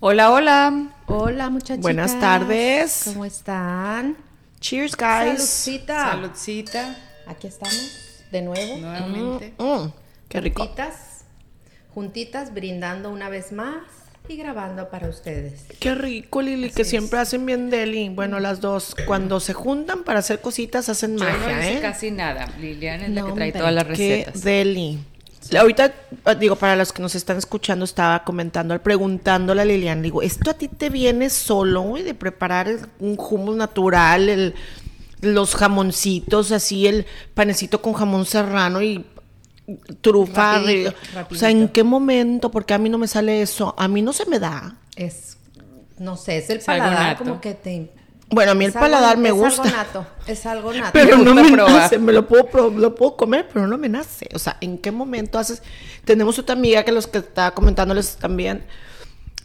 Hola, hola. Hola, muchachos. Buenas tardes. ¿Cómo están? Cheers, guys. Saludcita. Saludcita, Aquí estamos de nuevo. nuevamente. Mm, qué rico. Juntitas, juntitas, brindando una vez más y grabando para ustedes. Qué rico, Lili, que siempre hacen bien deli. Bueno, las dos, cuando se juntan para hacer cositas, hacen Yo no magia, hice ¿eh? casi nada. Liliana es la No, que trae hombre, todas las Qué recetas. deli. Ahorita, eh, digo, para los que nos están escuchando, estaba comentando, preguntándole a Lilian, digo, ¿esto a ti te viene solo, güey, de preparar el- un hummus natural, el- los jamoncitos, así, el panecito con jamón serrano y trufa? Rapidito, de- O sea, ¿en rapidito. qué momento? Porque a mí no me sale eso, a mí no se me da. Es, no sé, es el algo paladar nato. como que te... Bueno, a mí el es algo- paladar me Es algo gusta. nato, es algo nato. Pero Me no gusta me probar. nace, me lo puedo, pro- lo puedo comer, pero no me nace. O sea, ¿en qué momento haces? Tenemos otra amiga que los que está comentándoles también,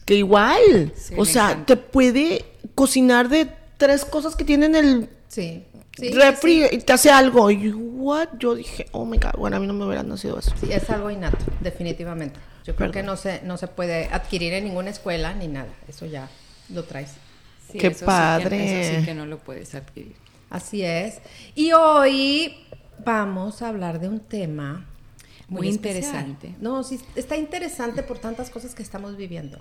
que igual, Sí, o le sea, encanta. te puede cocinar de tres cosas que tienen el Sí. sí, refri sí, y te hace algo. Y what? Yo dije, oh my god, bueno, a mí no me hubiera nacido eso. sí, es algo innato, definitivamente. Yo creo Perdón. que no se, no se puede adquirir en ninguna escuela ni nada. Eso ya lo traes. Sí, Qué eso sí que- padre. eso sí que no lo puedes adquirir. Así es. Y hoy vamos a hablar de un tema Muy especial. interesante. No, sí, está interesante por tantas cosas que estamos viviendo.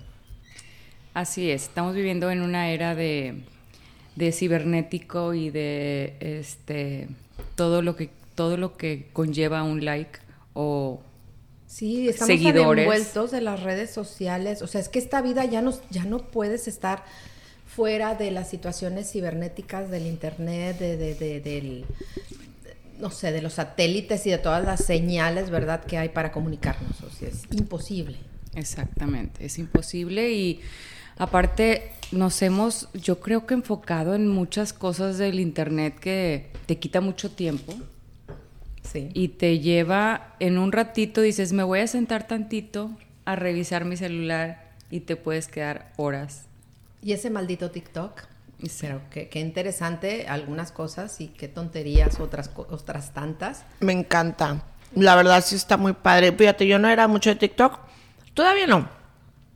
Así es, estamos viviendo en una era de, de cibernético y de este todo lo que todo lo que conlleva un like o Sí, estamos tan Seguidores. envueltos de las redes sociales. O sea, es que esta vida ya no, ya no puedes estar fuera de las situaciones cibernéticas del internet, de, de- de- del no sé, de los satélites y de todas las señales, ¿verdad?, que hay para comunicarnos. O sea, es imposible. Exactamente, es imposible y aparte nos hemos, yo creo que enfocado en muchas cosas del internet que te quita mucho tiempo Sí. y te lleva en un ratito, dices, me voy a sentar tantito a revisar mi celular y te puedes quedar horas. Y ese maldito TikTok. Y se- Pero qué, qué interesante algunas cosas y qué tonterías otras, co- otras tantas. Me encanta. La verdad sí está muy padre. Fíjate, yo no era mucho de TikTok. Todavía no.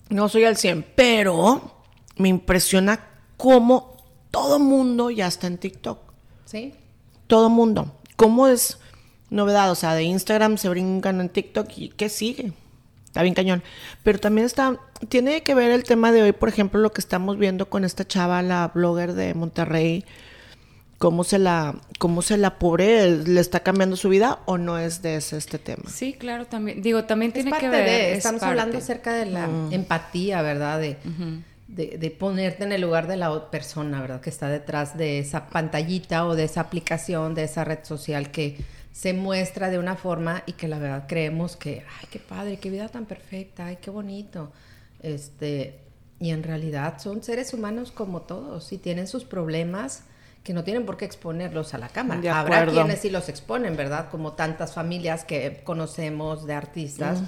No soy al 100. Pero me impresiona cómo todo mundo ya está en TikTok. ¿Sí? Todo mundo. ¿Cómo es novedad? O sea, de Instagram se brincan en TikTok y ¿qué sigue? Está bien cañón. Pero también está... Tiene que ver el tema de hoy, por ejemplo, lo que estamos viendo con esta chava, la blogger de Monterrey. ¿Cómo se la... Cómo se la pobre le está cambiando su vida o no es de ese este tema? Sí, claro, también. Digo, también Es tiene parte que ver. de, es estamos parte. hablando acerca de la Mm. empatía, ¿verdad? De, de, de ponerte en el lugar de la otra persona, ¿verdad? Que está detrás de esa pantallita o de esa aplicación, de esa red social que se muestra de una forma y que la verdad creemos que, ay, qué padre, qué vida tan perfecta, ay, qué bonito. Este, y en realidad son seres humanos como todos y tienen sus problemas que no tienen por qué exponerlos a la cámara. De Habrá acuerdo. quienes sí los exponen, ¿verdad? Como tantas familias que conocemos de artistas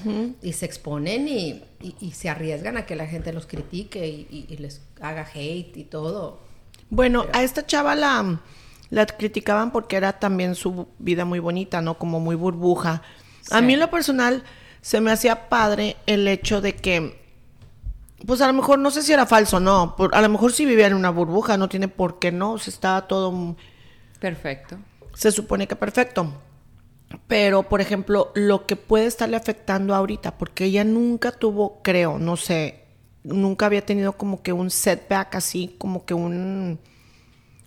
y se exponen y, y- y se arriesgan a que la gente los critique y, y- y les haga hate y todo. Bueno, a esta chava la, la criticaban porque era también su vida muy bonita, ¿no? Como muy burbuja. A Sí. mí en lo personal se me hacía padre el hecho de que, pues a lo mejor no sé si era falso o no, por- a lo mejor sí vivía en una burbuja, no tiene por qué no, se estaba todo, mm, Perfecto. se supone que perfecto. Pero, por ejemplo, lo que puede estarle afectando ahorita, porque ella nunca tuvo, creo, no sé, nunca había tenido como que un setback así, como que un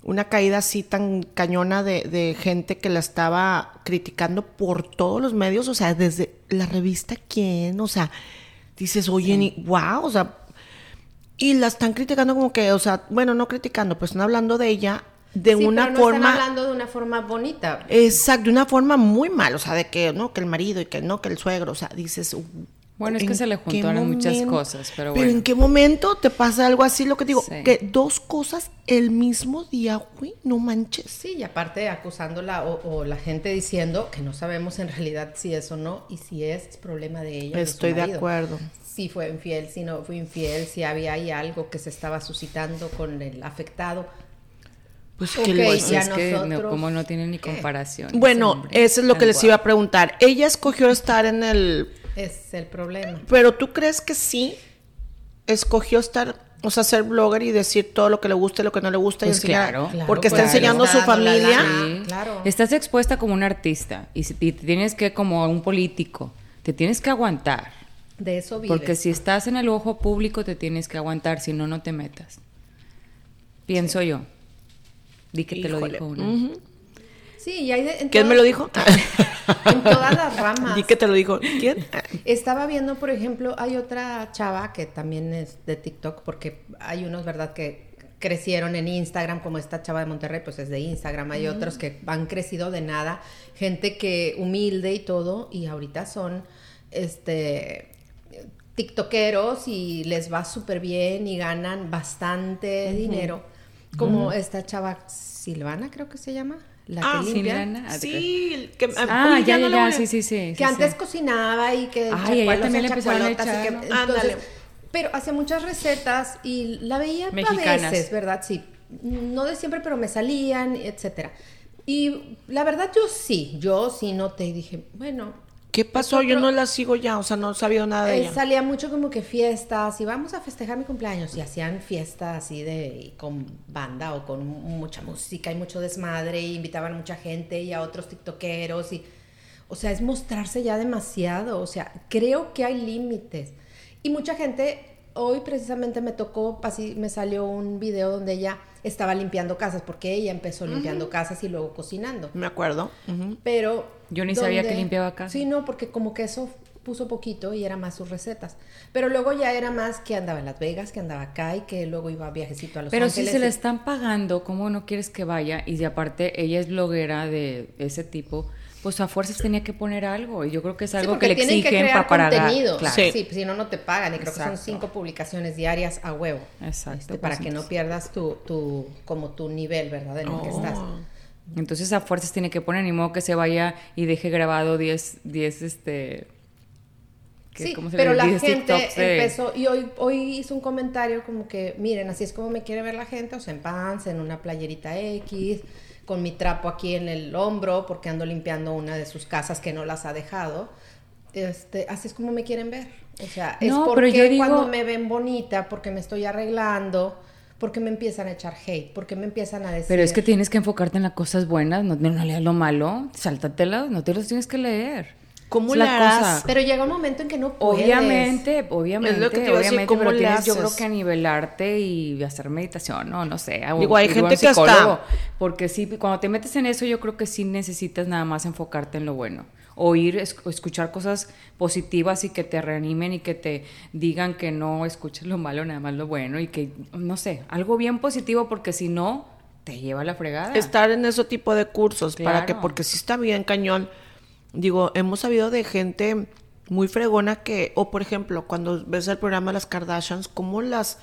una caída así tan cañona de, de gente que la estaba criticando por todos los medios, o sea, desde la revista quién, o sea, dices, oye, ni- wow, o sea, y la están criticando como que, o sea, bueno, no criticando, pues están hablando de ella de Sí, una pero no forma... Están hablando de una forma bonita. Exacto, de una forma muy mal, o sea, de que no, que el marido y que no, que el suegro, o sea, dices... u- Bueno, es que ¿en se le qué juntaron muchas momento? cosas, pero Pero en bueno. qué momento te pasa algo así, lo que te digo, Sí. que dos cosas el mismo día, güey, no manches. Sí, y aparte acusándola o, o la gente diciendo que no sabemos en realidad si es o no y si es, es problema de ella. y su Estoy de marido. acuerdo. si fue infiel, si no fue infiel, si había ahí algo que se estaba suscitando con el afectado. Pues Ok, que lo Pues y a es que no- nosotros, como no tiene ni ¿qué? comparación. ese Bueno, hombre, eso es lo que tal les cual. iba a preguntar. Ella escogió estar en el... Es el problema. Pero tú crees que sí escogió estar, o sea, ser blogger y decir todo lo que le gusta y lo que no le gusta Pues y enseñar, claro. Claro, porque pues, está enseñando está su dando la familia. lana. Sí. claro. Estás expuesta como un artista y, si- y tienes que, como un político, te tienes que aguantar. De eso vive. Porque si estás en el ojo público, te tienes que aguantar, si no, no te metas. Pienso yo. Di que te lo Híjole. dijo una. Ujú. Sí, y hay de- en ¿Quién todas- me lo dijo? En todas las ramas. Di que te lo dijo. ¿Quién? Estaba viendo, por ejemplo, hay otra chava que también es de TikTok, porque hay unos, ¿verdad?, que crecieron en Instagram, como esta chava de Monterrey, pues es de Instagram, hay otros que han crecido de nada, gente que humilde y todo, y ahorita son, este, tiktokeros y les va súper bien y ganan bastante dinero, como esta chava Silvana, creo que se llama, la que Ah, limpia. Silvana. Ah, Sí, el que, Ah, oye, ya, no ya, le ya, voy a- sí, sí, sí. Que sí, antes sí. cocinaba y que Ay, a chacuelos ella también en le empezaron a chacuelotas y echar, que- ¿no? entonces, Ándale. pero hacía muchas recetas y la veía a Mexicanas. veces, ¿verdad? Sí, no de siempre, pero me salían, etcétera. Y la verdad yo sí, yo sí noté y dije, bueno, ¿Qué pasó? Yo no la sigo ya, o sea, no he sabido nada de eh, ella. salía mucho como que fiestas y vamos a festejar mi cumpleaños y hacían fiestas así de y con banda o con mucha música y mucho desmadre y invitaban a mucha gente y a otros tiktokeros y o sea, es mostrarse ya demasiado, o sea, creo que hay límites. Y mucha gente hoy precisamente me tocó así me salió un video donde ella estaba limpiando casas porque ella empezó limpiando casas y luego cocinando. Me acuerdo. Ujú. Pero. Yo ni sabía que limpiaba acá casas. Sí, no, porque como que eso puso poquito y era más sus recetas. Pero luego ya era más que andaba en Las Vegas, que andaba acá y que luego iba a viajecito a Los Pero si Ángeles. se la y- están pagando, ¿cómo no quieres que vaya? Y si aparte ella es bloguera de ese tipo, pues a fuerzas tenía que poner algo. Y yo creo que es Sí, algo porque que le tienen exigen crear para pagar. contenido. Claro. Sí, pues, si no, no te pagan. Y creo que Exacto. son cinco publicaciones diarias a huevo. Exacto, Este, para pues, que no entonces. pierdas tu, tu, como tu nivel, ¿verdad? En el que Oh. estás. Oh. Entonces a fuerzas tiene que poner, ni modo que se vaya y deje grabado 10, 10 este... que- Sí, ¿cómo se le pero la dice? gente TikToks eh. de- empezó y hoy, hoy hizo un comentario como que, miren, así es como me quiere ver la gente, o sea, en pants, en una playerita X, con mi trapo aquí en el hombro, porque ando limpiando una de sus casas que no las ha dejado. Este, así es como me quieren ver. O sea, es No, pero porque yo digo- cuando me ven bonita, porque me estoy arreglando, porque me empiezan a echar hate, porque me empiezan a decir... Pero es que tienes que enfocarte en las cosas buenas, no, no, no leas lo malo, sáltatelas, no te los tienes que leer. ¿Cómo Es le la harás? cosa. Pero llega un momento en que no puedes. Obviamente, obviamente, Es lo que te iba a decir, obviamente, ¿cómo pero le tienes yo haces? creo que a nivelarte y hacer meditación, no, no sé. o Digo, hay ir a gente un que hasta- psicólogo, Porque sí, cuando te metes en eso, yo creo que sí necesitas nada más enfocarte en lo bueno. Oír, es- escuchar cosas positivas y que te reanimen y que te digan que no escuches lo malo, nada más lo bueno y que, no sé, algo bien positivo porque si no, te lleva a la fregada. Estar en ese tipo de cursos para que, Claro. porque sí está bien cañón. Digo, hemos sabido de gente muy fregona que, o por ejemplo, cuando ves el programa de las Kardashians, cómo las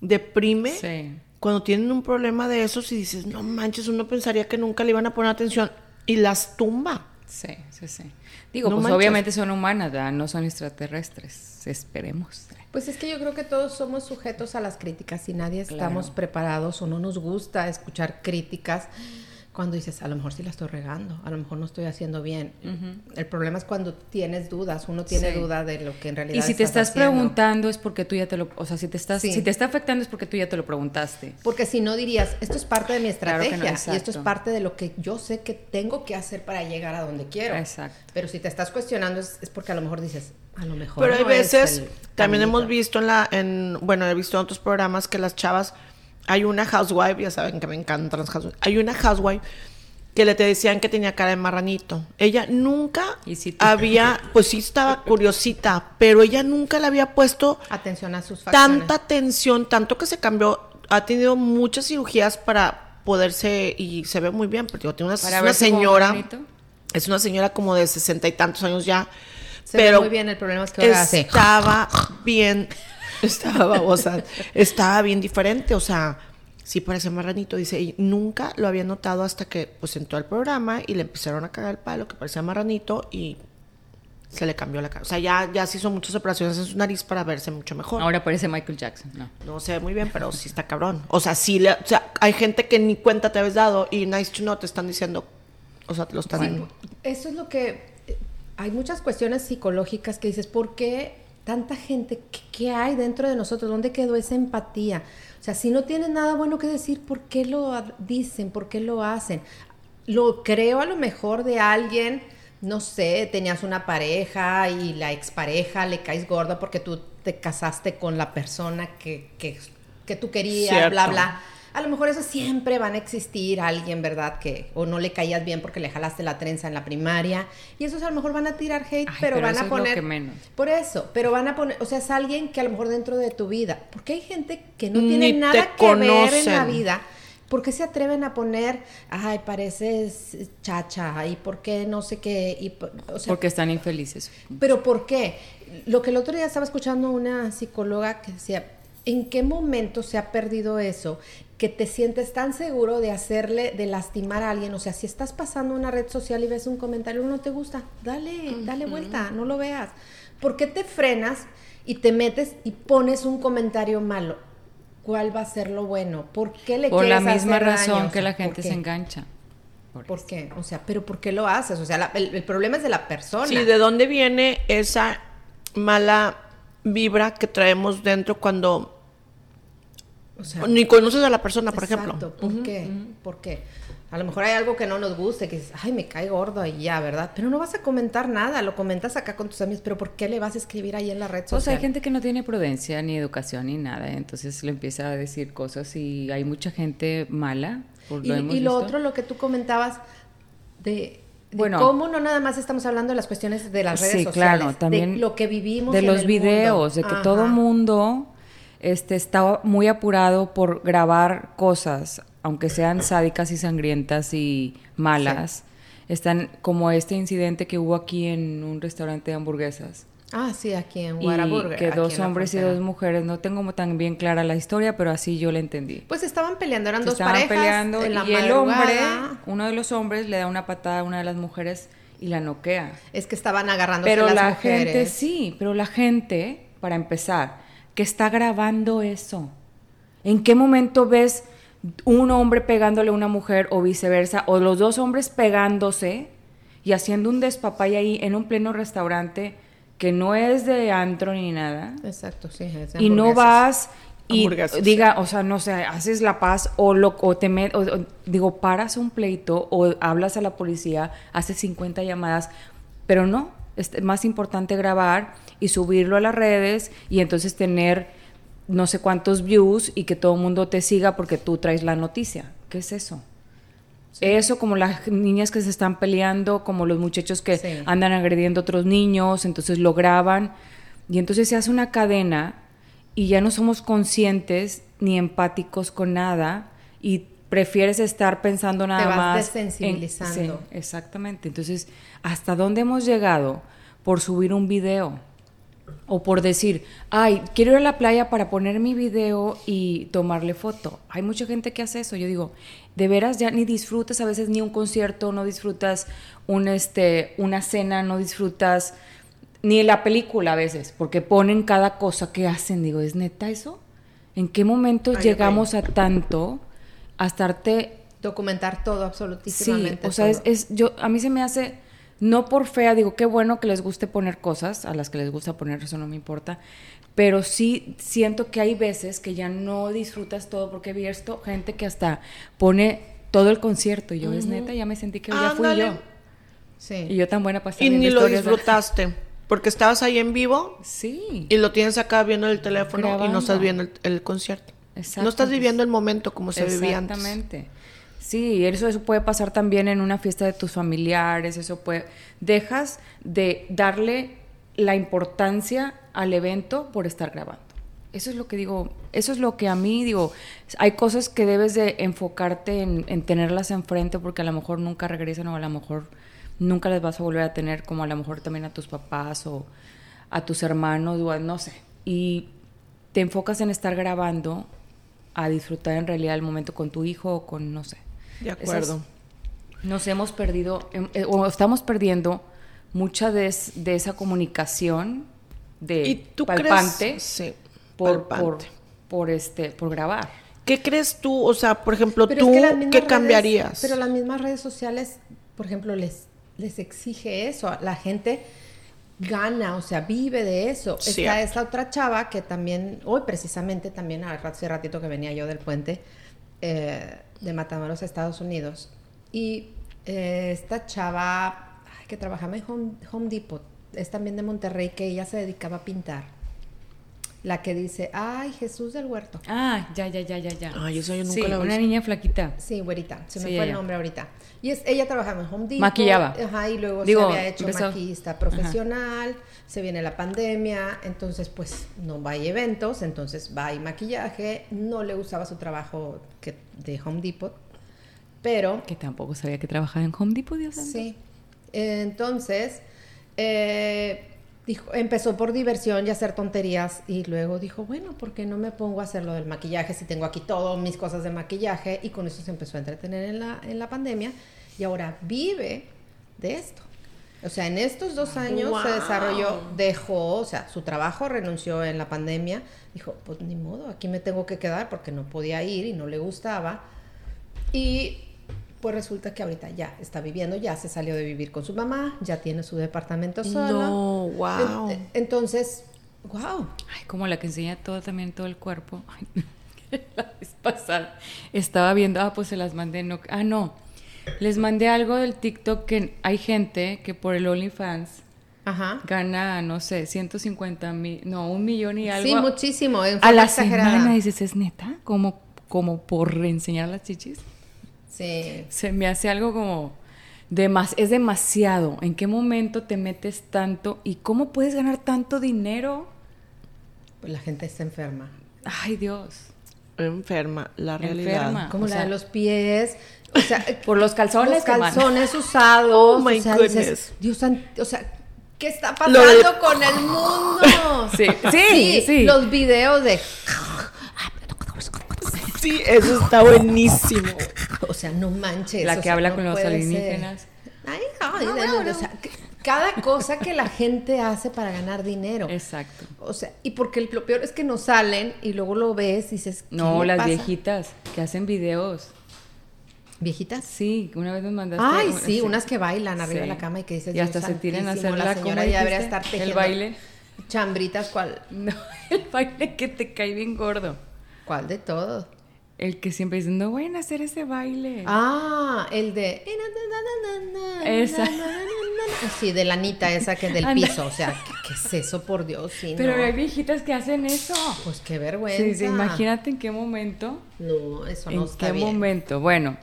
deprime Sí. cuando tienen un problema de esos y dices, no manches, uno pensaría que nunca le iban a poner atención y las tumba. Sí, sí, sí. Digo, No pues manches. obviamente son humanas, ¿verdad? no son extraterrestres. Esperemos. Pues es que yo creo que todos somos sujetos a las críticas y nadie Claro. estamos preparados o no nos gusta escuchar críticas cuando dices, a lo mejor sí la estoy regando, a lo mejor no estoy haciendo bien. El problema es cuando tienes dudas, uno tiene Sí. duda de lo que en realidad Y si te estás haciendo. preguntando es porque tú ya te lo, o sea, si te estás, Sí. si te está afectando es porque tú ya te lo preguntaste. Porque si no dirías, esto es parte de mi Claro que no, estrategia y esto es exacto. parte de lo que yo sé que tengo que hacer para llegar a donde quiero. Exacto. Pero si te estás cuestionando es, es porque a lo mejor dices, a lo mejor Pero hay no es veces, el también caminito". hemos visto en la, en, bueno, he visto en otros programas que las chavas, hay una housewife, ya saben que me encantan las housewives, hay una housewife que le te decían que tenía cara de marranito. Ella nunca Y sí te- había, pues sí estaba curiosita, pero ella nunca le había puesto Atención a sus facciones. tanta tensión, tanto que se cambió, ha tenido muchas cirugías para poderse, y se ve muy bien, porque digo, tiene una, es Para una verse como señora, marranito. es una señora como de sesenta y tantos años ya, Se ve pero muy bien, el problema es que ahora hace. estaba bien, estaba babosa, estaba bien diferente, o sea, sí parece marranito, dice, y nunca lo había notado hasta que pues entró al programa y le empezaron a cagar el palo que parecía marranito y se le cambió la cara. O sea, ya, ya se hizo muchas operaciones en su nariz para verse mucho mejor. Ahora parece Michael Jackson, no. No sé muy bien, pero sí está cabrón. O sea, sí, le- o sea, hay gente que ni cuenta te habías dado y nice to know te están diciendo, o sea, te lo están Eso es lo que... eh, Hay muchas cuestiones psicológicas que dices, ¿por qué tanta gente, ¿qué, qué hay dentro de nosotros? ¿Dónde quedó esa empatía? O sea, si no tienen nada bueno que decir, ¿por qué lo dicen? ¿Por qué lo hacen? Lo creo a lo mejor de alguien, no sé, tenías una pareja y la expareja le caes gorda porque tú te casaste con la persona que, que, que tú querías, Cierto. bla, bla. A lo mejor eso siempre van a existir alguien, ¿verdad? Que o no le caías bien porque le jalaste la trenza en la primaria. Y esos a lo mejor van a tirar hate, Ay, pero, pero van eso a es lo poner... que menos. Por eso, pero van a poner, o sea, es alguien que a lo mejor dentro de tu vida, porque hay gente que no tiene Ni nada te que ver en la conocen. vida. ¿Por qué se atreven a poner, ay, pareces chacha, y por qué no sé qué, y, por- o sea, porque están infelices. pero ¿por qué? Lo que el otro día estaba escuchando una psicóloga que decía, ¿en qué momento se ha perdido eso? Que te sientes tan seguro de hacerle, de lastimar a alguien. O sea, si estás pasando una red social y ves un comentario, no te gusta, dale, dale vuelta, no lo veas. ¿Por qué te frenas y te metes y pones un comentario malo? ¿Cuál va a ser lo bueno? ¿Por qué le Por la quieres misma hacer daño? razón O sea, que la ¿por gente qué? se engancha. Por ¿Por qué? O sea, ¿pero por qué lo haces? O sea, la- el, el problema es de la persona. Sí, ¿de dónde viene esa mala vibra que traemos dentro cuando O sea, ni conoces a la persona, por Exacto, ejemplo? ¿por qué? ¿Por qué? A lo mejor hay algo que no nos guste, que dices, ay, me cae gordo y ya, ¿verdad? Pero no vas a comentar nada, lo comentas acá con tus amigos, pero ¿por qué le vas a escribir ahí en la red O sea, social? hay gente que no tiene prudencia ni educación ni nada, entonces le empieza a decir cosas y hay mucha gente mala. por- y, hemos y lo visto. otro, lo que tú comentabas de, de Bueno. cómo no nada más estamos hablando de las cuestiones de las redes sí, sociales, claro, también de lo que vivimos, de en los el videos, mundo. de que Ajá. todo mundo este está muy apurado por grabar cosas, aunque sean sádicas y sangrientas y malas. Están como este incidente que hubo aquí en un restaurante de hamburguesas. Ah, sí, aquí en y Guaraburger. que aquí dos en la hombres y frontera. dos mujeres, no tengo tan bien clara la historia, pero así yo la entendí. Pues estaban peleando, eran Se dos estaban parejas. peleando en la y el hombre, madrugada. uno de los hombres le da una patada a una de las mujeres y la noquea. Es que estaban agarrando Pero las la mujeres. gente sí, pero la gente, para empezar, que está grabando eso. ¿En qué momento ves un hombre pegándole a una mujer o viceversa o los dos hombres pegándose y haciendo un despapay ahí en un pleno restaurante que no es de antro ni nada? Exacto, sí. es y no hamburguesas. vas y Hamburguesas. diga, o sea, no sé, haces la paz o lo o te met- o- o- digo, paras un pleito o hablas a la policía, haces 50 llamadas, pero no, es más importante grabar y subirlo a las redes y entonces tener no sé cuántos views y que todo el mundo te siga porque tú traes la noticia. ¿Qué es eso? Eso, como las niñas que se están peleando, como los muchachos que Sí. andan agrediendo a otros niños, entonces lo graban. Y entonces se hace una cadena y ya no somos conscientes ni empáticos con nada y prefieres estar pensando nada vas más. en- desensibilizando. sí, exactamente. Entonces, ¿hasta dónde hemos llegado por subir un video? O por decir, ay, quiero ir a la playa para poner mi video y tomarle foto. Hay mucha gente que hace eso. Yo digo, de veras ya ni disfrutas a veces ni un concierto, no disfrutas un, este, una cena, no disfrutas ni la película a veces, porque ponen cada cosa que hacen. Digo, ¿es neta eso? ¿En qué momento Ay, llegamos a tanto a estarte documentar todo Sí, absolutísimamente. o sea, es, todo. es- yo a mí se me hace no por fea, digo, qué bueno que les guste poner cosas, a las que les gusta poner eso no me importa, pero sí siento que hay veces que ya no disfrutas todo porque he visto gente que hasta pone todo el concierto y yo es neta, ya me sentí que ya fui Ándale. yo. Sí. Y yo tan buena pasé Y ni lo disfrutaste, porque estabas ahí en vivo Sí. y lo tienes acá viendo el teléfono y Grabando. no estás viendo el, el concierto. Exacto, No estás entonces- viviendo el momento como se vivía antes. Exactamente. Sí, eso, eso puede pasar también en una fiesta de tus familiares, eso puede... Dejas de darle la importancia al evento por estar grabando. Eso es lo que digo, eso es lo que a mí digo, hay cosas que debes de enfocarte en, en tenerlas enfrente porque a lo mejor nunca regresan o a lo mejor nunca las vas a volver a tener como a lo mejor también a tus papás o a tus hermanos o a- no sé. Y te enfocas en estar grabando a disfrutar en realidad el momento con tu hijo o con no sé. De acuerdo. Esas- nos hemos perdido em, eh, o estamos perdiendo mucha de, es- de esa comunicación de ¿Y tú palpante crees? Sí, por, palpante. por por este por grabar. ¿Qué crees tú? O sea, por ejemplo, Pero tú, es que las mismas ¿qué redes- cambiarías? Pero las mismas redes sociales, por ejemplo, les, les exige eso. a La gente gana, o sea, vive de eso. Sí. Está esta otra chava que también, hoy precisamente también, al rato- hace ratito que venía yo del puente eh, de Matamoros a Estados Unidos, y eh, esta chava ay, que trabajaba en Home, Home Depot, es también de Monterrey, que ella se dedicaba a pintar. La que dice, ay, Jesús del Huerto. Ah, ya, ya, ya, ya, ya. Ay, esa yo nunca Sí, la vi. una niña flaquita. Sí, güerita, se me Sí, fue el ella. nombre ahorita. Y es, ella trabajaba en Home Depot. Maquillaba. Ajá, y luego Digo, se había hecho empezó. maquillista profesional, se viene la pandemia, entonces pues no va a eventos, entonces va y maquillaje, no le gustaba su trabajo que, de Home Depot, pero Que tampoco sabía que trabajaba en Home Depot, Dios santo. Sí. Entonces, eh, dijo, empezó por diversión y hacer tonterías y luego dijo, bueno, ¿por qué no me pongo a hacer lo del maquillaje si tengo aquí todo mis cosas de maquillaje? Y con eso se empezó a entretener en la, en la pandemia y ahora vive de esto. O sea, en estos dos años se Wow. desarrolló, dejó, o sea, su trabajo renunció en la pandemia. Dijo, pues ni modo, aquí me tengo que quedar porque no podía ir y no le gustaba. Y pues resulta que ahorita ya está viviendo, ya se salió de vivir con su mamá, ya tiene su departamento sola. No, En- wow. eh, entonces, wow. Ay, como la que enseña todo también todo el cuerpo. Ay, la vez pasada estaba viendo, ah, pues se las mandé, no, ah, no. Les mandé algo del TikTok que hay gente que por el OnlyFans Ajá. gana, no sé, 150 mil, no, un millón y algo. Sí, muchísimo. En a forma la exagerada. semana dices, ¿es neta? Como, como por enseñar las chichis. Sí. Se me hace algo como demas- es demasiado. ¿En qué momento te metes tanto y cómo puedes ganar tanto dinero? Pues la gente está enferma. Ay, Dios. Enferma, la realidad. Enferma. Ah, Como o la sea- de los pies. O sea, eh, Por los calzones los que mandan. calzones usados. Oh, my o sea, dices, goodness. Dios san- o sea, ¿qué está pasando Lo de- con el mundo? Sí, sí, sí. Los videos de. Sí, eso está buenísimo. O sea, no manches. La o que sea, habla no con los puede ser. alienígenas. Ay, ay, No, de- no, no. o sea, c- cada cosa que la gente hace para ganar dinero. Exacto. O sea, y porque el- lo peor es que no salen y luego lo ves y dices. ¿qué No, le las pasa? viejitas que hacen videos. ¿Viejitas? Sí, una vez nos mandaste. Ay, una- sí, unas que bailan arriba de Sí. la cama y que dices. Y hasta "Dios se tiran a hacer santísimo, la, la señora ya debería estar tejiendo. El baile. Chambritas, ¿cuál? No, el baile que te cae bien gordo. ¿Cuál de todos? El que siempre dice, no vayan a hacer ese baile. Ah, el de. Esa. Sí, de la anita esa que es del Anda. piso. O sea, ¿qué, qué es eso, por Dios? Sí, Pero no. hay viejitas que hacen eso. Pues qué vergüenza. Sí, sí, imagínate en qué momento. No, eso no ¿En está qué bien. momento? Bueno,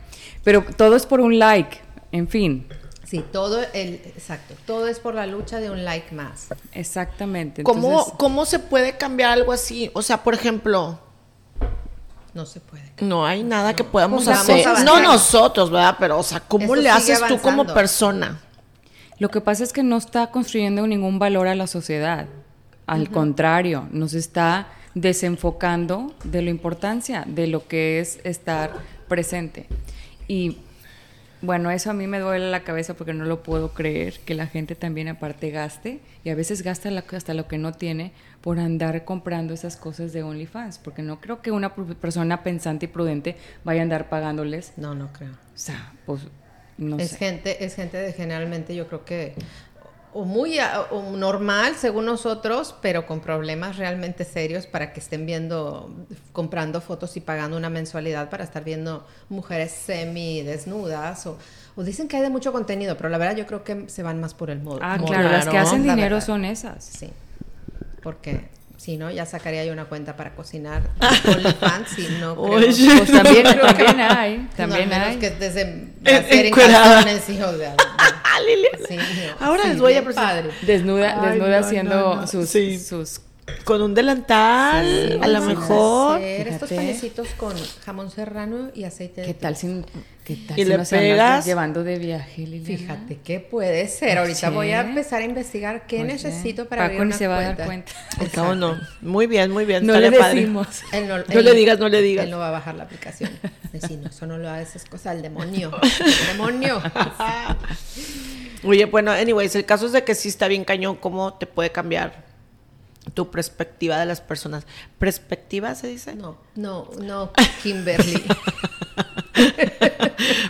pero todo es por un like. En fin, Sí, todo el exacto, todo es por la lucha de un like más. exactamente. ¿Cómo, Entonces, ¿Cómo se puede cambiar algo así? O sea, por ejemplo, No se puede. no hay nada que podamos Pues vamos hacer. No avanzando. nosotros, ¿verdad? Pero, o sea, ¿cómo Esto le sigue haces tú como avanzando. persona? Lo que pasa es que no está construyendo ningún valor a la sociedad. Al contrario, nos está desenfocando de la importancia de lo que es estar presente. Y bueno, eso a mí me duele la cabeza porque no lo puedo creer que la gente también aparte gaste y a veces gasta la- hasta lo que no tiene por andar comprando esas cosas de OnlyFans, porque no creo que una pr- persona pensante y prudente vaya a andar pagándoles. No, no creo. O sea, pues no es sé. gente, es gente de generalmente yo creo que o muy a- o normal según nosotros, pero con problemas realmente serios para que estén viendo comprando fotos y pagando una mensualidad para estar viendo mujeres semi desnudas o, o dicen que hay de mucho contenido, pero la verdad yo creo que se van más por el modo. Ah, Como claro, las que claro, hacen la dinero verdad. son esas. Sí. Porque si no, ya sacaría yo una cuenta para cocinar de OnlyFans y no creo. Oye. Pues también, Creo que- también hay, no, también a menos hay. que estés en, hacer en encuerada. calzones, hijo de... Ah, Liliana. Sí, no, Ahora sí, les voy a bien presentar. padre. Desnuda, Ay, desnuda no, haciendo no, no. sus, Sí. sus- Con un delantal, a lo Sí, mejor. hacer Estos Fíjate. panecitos con jamón serrano y aceite de ¿Qué tal trigo. si, qué tal Y si le nos andas pegas. llevando de viaje, Liliana? Fíjate qué puede ser. Ahorita Oye. voy a empezar a investigar qué Oye, necesito para Paco abrir ni una se va a dar cuenta. cuenta. Al cabo no. Muy bien, muy bien. No estaría le padre. decimos. Él no, No él- le digas, no le digas. Él no va a bajar la aplicación. Decir, no, eso no lo hace, es cosa del demonio. El demonio. Oye, bueno, anyways, el caso es de que sí está bien cañón cómo te puede cambiar tu perspectiva de las personas. ¿Perspectiva se dice? No, no, no, Kimberly.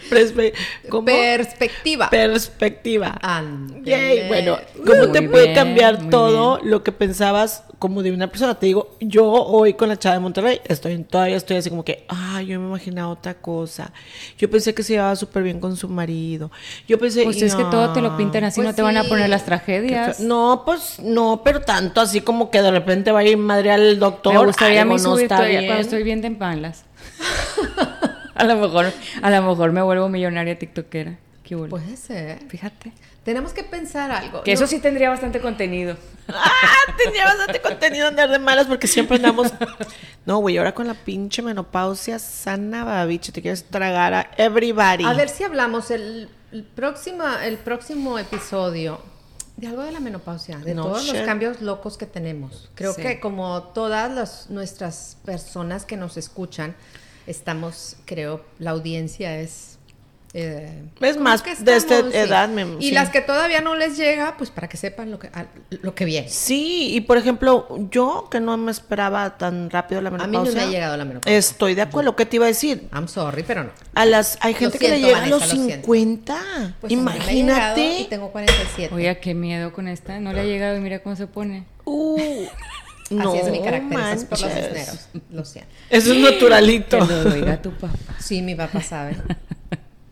Perspe- ¿cómo? Perspectiva. Perspectiva. Ándale. Yay. Bueno, ¿cómo Muy te puede bien, cambiar muy todo lo que pensabas como de una persona? Te digo, yo hoy con la chava de Monterrey estoy en- todavía estoy así como que, ah, yo me imaginaba otra cosa. Yo pensé que se llevaba súper bien con su marido. Yo pensé. Pues es que no. todo te lo pintan así, Pues no te van a sí. poner las Qué feo. tragedias. No, pues no, pero tanto así como que de repente va a ir madre al doctor. Me gustaría a mí algo no subir está todavía bien. cuando estoy bien de panlas. a lo mejor, a lo mejor me vuelvo millonaria tiktokera. Qué bueno. Puede ser. Fíjate. Tenemos que pensar algo. Que Pues, oh, No- eso sí tendría bastante contenido. Ah, tenía bastante contenido andar de malas porque siempre andamos. No, güey, ahora con la pinche menopausia sana, babiche, te quieres tragar a everybody. A ver si hablamos el, el próxima, el próximo episodio de algo de la menopausia, de No todos shit. los cambios locos que tenemos. Creo Sí. que como todas las, nuestras personas que nos escuchan, estamos, creo, la audiencia es... eh, Es como más, que de esta estamos, edad, mi amor, Y sí. las que todavía no les llega, pues para que sepan lo que, a- lo que viene. Sí, y por ejemplo, yo que no me esperaba tan rápido la mí no menopausia. me Eh, ha llegado la menopausia. Estoy de acuerdo, ¿qué te iba a decir? I'm sorry, pero no. A las, hay gente que le siento, llega a los Vanessa, lo siento. 50. Pues a mí no me ha Imagínate. llegado y tengo 47. Oye, qué miedo con esta. No le ha llegado y mira cómo se pone. Uh, no Así es mi carácter, eso es por los manches. cisneros. Lo siento. Eso es naturalito. Que lo oiga tu papá. Sí, mi papá sabe.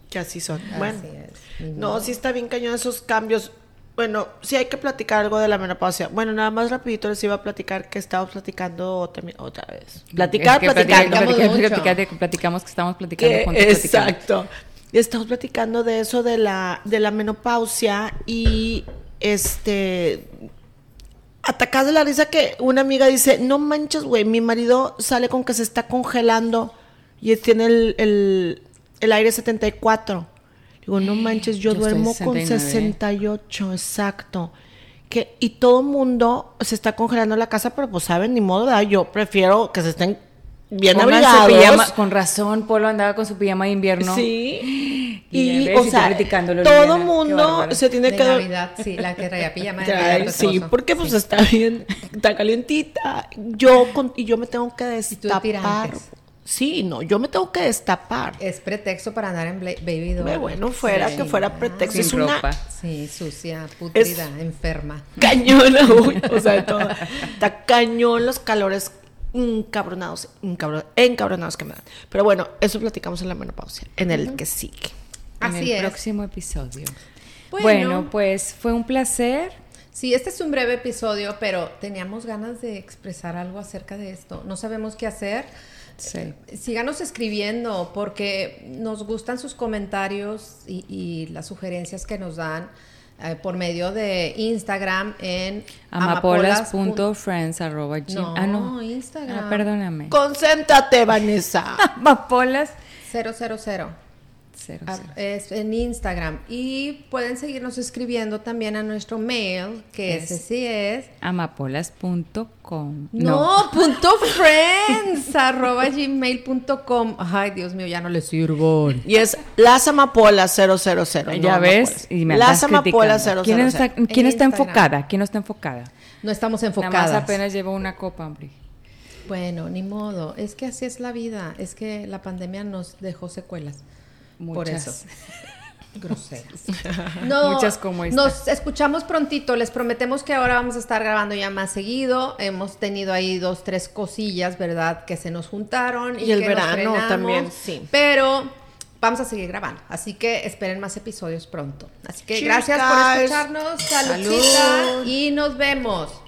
Que así son. Así bueno. es, ni No, sí está bien cañón esos cambios. Bueno, sí hay que platicar algo de la menopausia. Bueno, nada más rapidito les iba a platicar que estaba platicando también otra vez. Platicar, Es que platicar. platicamos platicamos, mucho. platicamos, platicamos que estamos platicando Que- juntos, platicando. exacto. Estamos platicando de eso de la, de la menopausia y este atacadas de la risa que una amiga dice, no manches, güey, mi marido sale con que se está congelando y tiene el, el, el aire 74. Digo, no manches, yo, Eh, Yo estoy duermo con 69. 68, exacto. Que, y todo mundo se está congelando en la casa, pero pues saben, ni modo, ¿verdad? yo prefiero que se estén bien Pongan su abrigados. pijama- Con razón, Polo andaba con su pijama de invierno. Sí. Y ya Y, ves, o y tú sea, criticándolo, todo Liliana, qué mundo bárbaro. se tiene de que... Navidad, sí, la que traía pijama de Navidad. Traer, tu sí, esposo. porque pues Sí. está bien, está calientita. Yo con- y yo me tengo que tú de destapar. tirantes. Sí, no, yo me tengo que destapar. es pretexto para andar en bla- baby doll. Ve, bueno, fuera que fuera pretexto, Sin es una ropa. Sí, sucia, putrida, enferma. cañona, uy, o sea, de todo. Está cañón los calores encabronados, encabro- encabronados que me dan. Pero bueno, eso platicamos en la menopausia, en el que sigue. Así en el es. próximo episodio. Bueno. Bueno. pues fue un placer. Sí, este es un breve episodio, pero teníamos ganas de expresar algo acerca de esto. No sabemos qué hacer. Eh, Sí. Síganos escribiendo porque nos gustan sus comentarios y, y las sugerencias que nos dan eh, por medio de Instagram en amapolas.com. Amapolas.friends.gmail. No, ah, no. Instagram. Ah, perdóname. Concéntrate, Vanessa. Amapolas. 000. Cero, Ah, cero. Es en Instagram. Y pueden seguirnos escribiendo también a nuestro mail, que Es- ese sí es. Amapolas.com. No, punto friends arroba gmail.com. Ay, Dios mío, ya no le sirvo. Y es Las Amapolas 000. no Ya ves, amapolas. y me Las andas Amapolas criticando. 000. ¿Quién está, En quién está Instagram. enfocada? ¿Quién no está enfocada? No estamos Nada más enfocadas. apenas llevo una copa, hombre. Bueno, ni modo. Es que así es la vida. Es que la pandemia nos dejó secuelas. Por Muchas. eso. Groseras. No, Muchas como esta. Nos escuchamos prontito. Les prometemos que ahora vamos a estar grabando ya más seguido. Hemos tenido ahí dos, tres cosillas, ¿verdad? Que se nos juntaron. Y, Y el que nos verano frenamos. también, sí. Pero vamos a seguir grabando. Así que esperen más episodios pronto. Así que Cheers, gracias guys. por escucharnos. Saludcita. Salud. Y nos vemos.